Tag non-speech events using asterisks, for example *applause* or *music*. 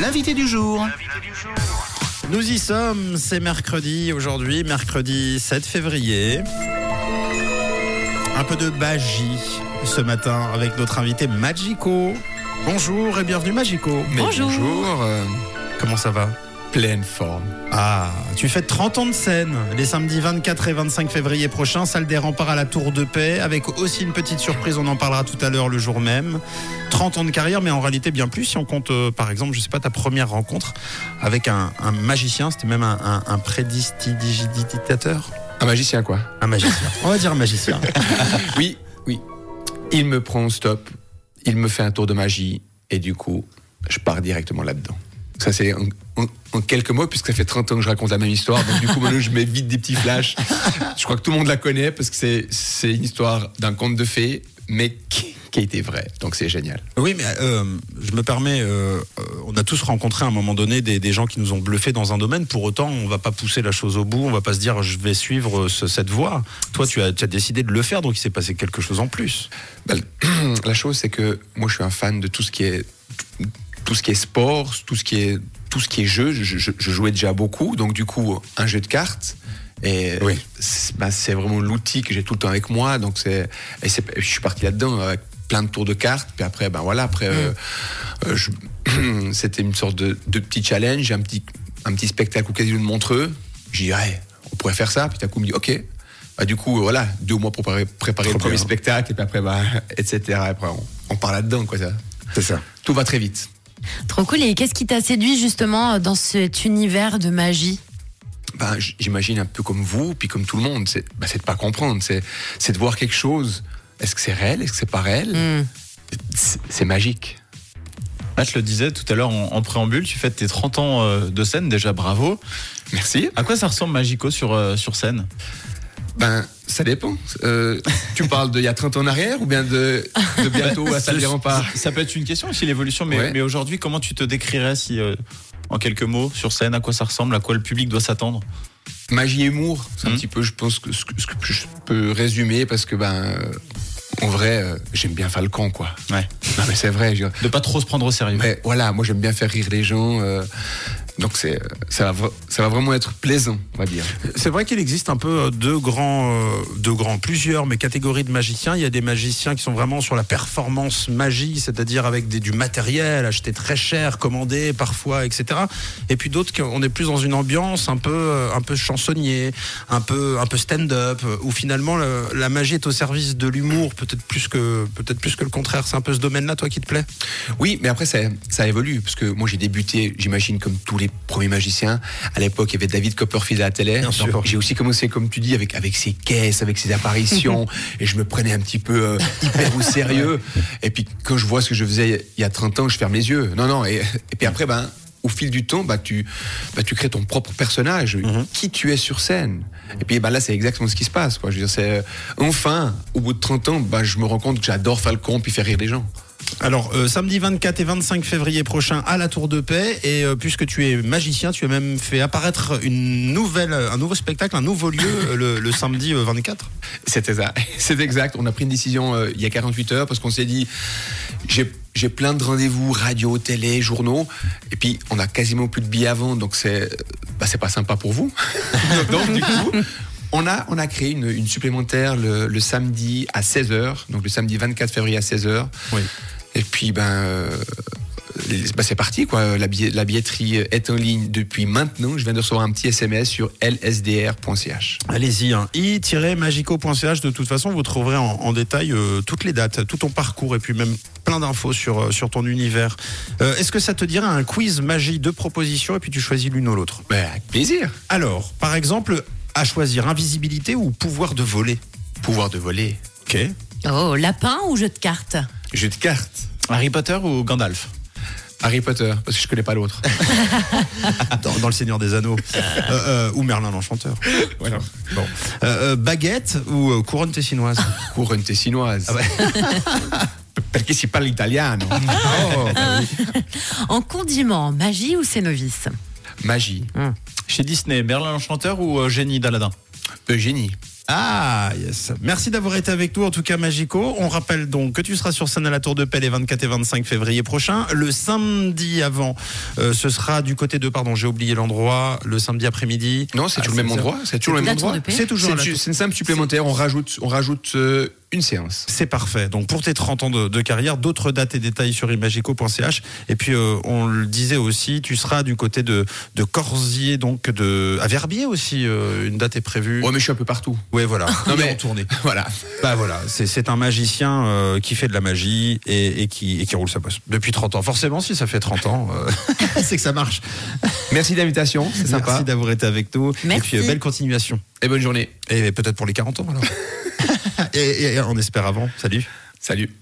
L'invité du jour. Nous y sommes, c'est mercredi aujourd'hui, mercredi 7 février. Un peu de magie ce matin avec notre invité Magico. Bonjour et bienvenue Magico. Mais Bonjour. euh, Comment ça va pleine forme. Ah, tu fais 30 ans de scène les samedis 24 et 25 février prochains, salle des remparts à la Tour de Paix, avec aussi une petite surprise, on en parlera tout à l'heure le jour même. 30 ans de carrière, mais en réalité bien plus si on compte euh, par exemple, je sais pas, ta première rencontre avec un, un magicien, c'était même un, un, un prédistigitateur Un magicien, quoi. Un magicien. On va dire un magicien. Oui, oui. Il me prend au stop, il me fait un tour de magie, et du coup, je pars directement là-dedans. Ça, c'est en, en- en quelques mots, puisque ça fait 30 ans que je raconte la même histoire. Donc, du coup, maintenant, je mets vite des petits flashs. Je crois que tout le monde la connaît, parce que c'est- c'est une histoire d'un conte de fées, mais qui, qui a été vrai. Donc, c'est génial. *laughs* Oui, mais euh, je me permets, euh, euh, on a tous rencontré à un moment donné des, des gens qui nous ont bluffés dans un domaine. Pour autant, on va pas pousser la chose au bout, on va pas se dire je vais suivre euh, ce- cette voie. Toi, tu as, tu as décidé de le faire, donc il s'est passé quelque chose en plus. Bah, la chose, c'est que moi, je suis un fan de tout ce qui est tout ce qui est sport, tout ce qui est tout ce qui est jeu. Je, je- je jouais déjà beaucoup, donc du coup, un jeu de cartes. Et Oui. c'est bah, c'est vraiment l'outil que j'ai tout le temps avec moi. Donc c'est et c'est- je suis parti là-dedans avec plein de tours de cartes. Puis après, ben voilà, après, euh, euh, je- *clears throat* c'était une sorte de, de petit challenge, un petit un petit spectacle au casino de Montreux. J'ai dit, ouais, on pourrait faire ça. Puis d'un coup, il me dit, ok. Bah, du coup, euh, voilà, deux mois pour préparer, préparer Trop le premier bien. spectacle, et puis après, bah, *laughs* etc. Et après, on, on part là-dedans, quoi. Ça. C'est ça. Tout va très vite. Trop cool. Et qu'est-ce qui t'a séduit justement dans cet univers de magie ben, j- j'imagine un peu comme vous, puis comme tout le monde, c'est ben, c'est de pas comprendre, c'est c'est de voir quelque chose. Est-ce que c'est réel Est-ce que c'est pas Mm. réel C'est- C'est magique. Ah, je le disais tout à l'heure en, en préambule, tu fêtes tes 30 ans euh, de scène, déjà bravo. Merci. À quoi ça ressemble Magico sur, euh, sur scène Ben, ça dépend. Euh, tu parles d'il y a 30 ans en arrière ou bien de, de bientôt à Salle des *laughs* Remparts Ça peut être une question aussi, l'évolution, mais, Ouais. mais aujourd'hui, comment tu te décrirais si, euh, en quelques mots sur scène, à quoi ça ressemble, à quoi le public doit s'attendre Magie et humour, c'est un Mhm. petit peu, je pense, que ce, que, ce que je peux résumer parce que, ben, euh, en vrai, euh, j'aime bien Falcon, quoi. Ouais. Non, mais c'est vrai. je- De pas trop se prendre au sérieux. *laughs* Mais voilà, moi j'aime bien faire rire les gens. euh, donc c'est, euh, ça, va, vra- ça va vraiment être plaisant, on va dire. C'est vrai qu'il existe un peu euh, deux grands, euh, deux grands, plusieurs, mais catégories de magiciens. Il y a des magiciens qui sont vraiment sur la performance magie, c'est-à-dire avec des- du matériel acheté très cher, commandé parfois, etc. Et puis d'autres qui on est plus dans une ambiance un peu, euh, un peu chansonnier, un peu, un peu stand-up, euh, où finalement le- la magie est au service de l'humour, peut-être plus que, peut-être plus que le contraire. C'est un peu ce domaine-là, toi, qui te plaît Oui, mais après, ça, ça évolue. Parce que moi, j'ai débuté, j'imagine, comme tous les premiers magiciens. À l'époque, il y avait David Copperfield à la télé. Bien Donc, sûr. J'ai aussi commencé, comme tu dis, avec, avec ses caisses, avec ses apparitions. *laughs* et je me prenais un petit peu euh, hyper au sérieux. Et puis, quand je vois ce que je faisais il y a 30 ans, je ferme les yeux. Non, non. Et, et puis après, ben. Au fil du temps, bah, tu, bah, tu crées ton propre personnage, Mm-hmm. qui tu es sur scène. Et puis bah, là, c'est exactement ce qui se passe. Quoi. Je veux dire, c'est, euh, enfin, au bout de 30 ans, bah, je me rends compte que j'adore Falcon puis faire rire les gens. Alors, euh, samedi 24 et 25 février prochain à la Tour de Paix, et euh, puisque tu es magicien, tu as même fait apparaître une nouvelle, euh, un nouveau spectacle, un nouveau lieu euh, le, le samedi euh, 24. C'était ça, *laughs* c'est exact. On a pris une décision euh, il y a 48 heures parce qu'on s'est dit, j'ai j'ai plein de rendez-vous, radio, télé, journaux, et puis on a quasiment plus de billets avant, donc c'est bah, c'est pas sympa pour vous. donc du coup, on a, on a créé une, une supplémentaire le, le samedi à 16h, donc le samedi 24 février à 16h. Oui. Et puis, ben, euh, les- bah, c'est parti, quoi. La, billet- la billetterie est en ligne depuis maintenant. Je viens de recevoir un petit SMS sur lsdr.ch. Allez-y, hein. i-magico.ch, de toute façon, vous trouverez en, en détail euh, toutes les dates, tout ton parcours, et puis même plein d'infos sur, euh, sur ton univers. Euh, Est-ce que ça te dirait un quiz magie, deux propositions, et puis tu choisis l'une ou l'autre Ben, avec plaisir. Alors, par exemple, à choisir invisibilité ou pouvoir de voler Pouvoir de voler. Ok. Oh, lapin ou jeu de cartes Jeu de cartes. Harry Potter ou Gandalf Harry Potter, parce que je connais pas l'autre. dans, dans Le Seigneur des Anneaux. Euh, euh, ou Merlin l'Enchanteur. Voilà. Bon. Euh, euh, baguette ou euh, couronne tessinoise Couronne tessinoise. *laughs* Perché si parle italiano. Oh. En condiment, magie ou c'est novice Magie. Chez Disney, Merlin l'Enchanteur ou euh, Génie d'Aladin Eugénie. Ah, yes. Merci d'avoir été avec nous, en tout cas, Magico. On rappelle donc que tu seras sur scène à la Tour de Paix les 24 et 25 février prochains. Le samedi avant, euh, ce sera du côté de, pardon, j'ai oublié l'endroit, le samedi après-midi. Non, c'est Ah, toujours le même ça. endroit. C'est toujours le la même tour endroit. de paix. C'est toujours à la C'est Tour- c'est une somme supplémentaire. On rajoute, on rajoute euh, une séance. C'est parfait. Donc pour tes 30 ans de, de carrière, d'autres dates et détails sur imagico.ch. Et puis euh, on le disait aussi, tu seras du côté de, de Corsier, donc de à Verbier aussi. euh, une date est prévue. Ouais, mais je suis un peu partout. *laughs* Ouais, voilà. Non, Il est mais- en tournée. Voilà. Bah voilà, c'est- c'est un magicien euh, qui fait de la magie et, et qui, et qui roule sa bosse depuis 30 ans. Forcément, si ça fait 30 ans, euh, *laughs* c'est que ça marche. Merci d'invitation. C'est sympa. Merci d'avoir été avec nous. Et Merci. puis, euh, belle continuation. Et bonne journée. Et peut-être pour les 40 ans alors. et, et- et on espère avant. Salut. Salut.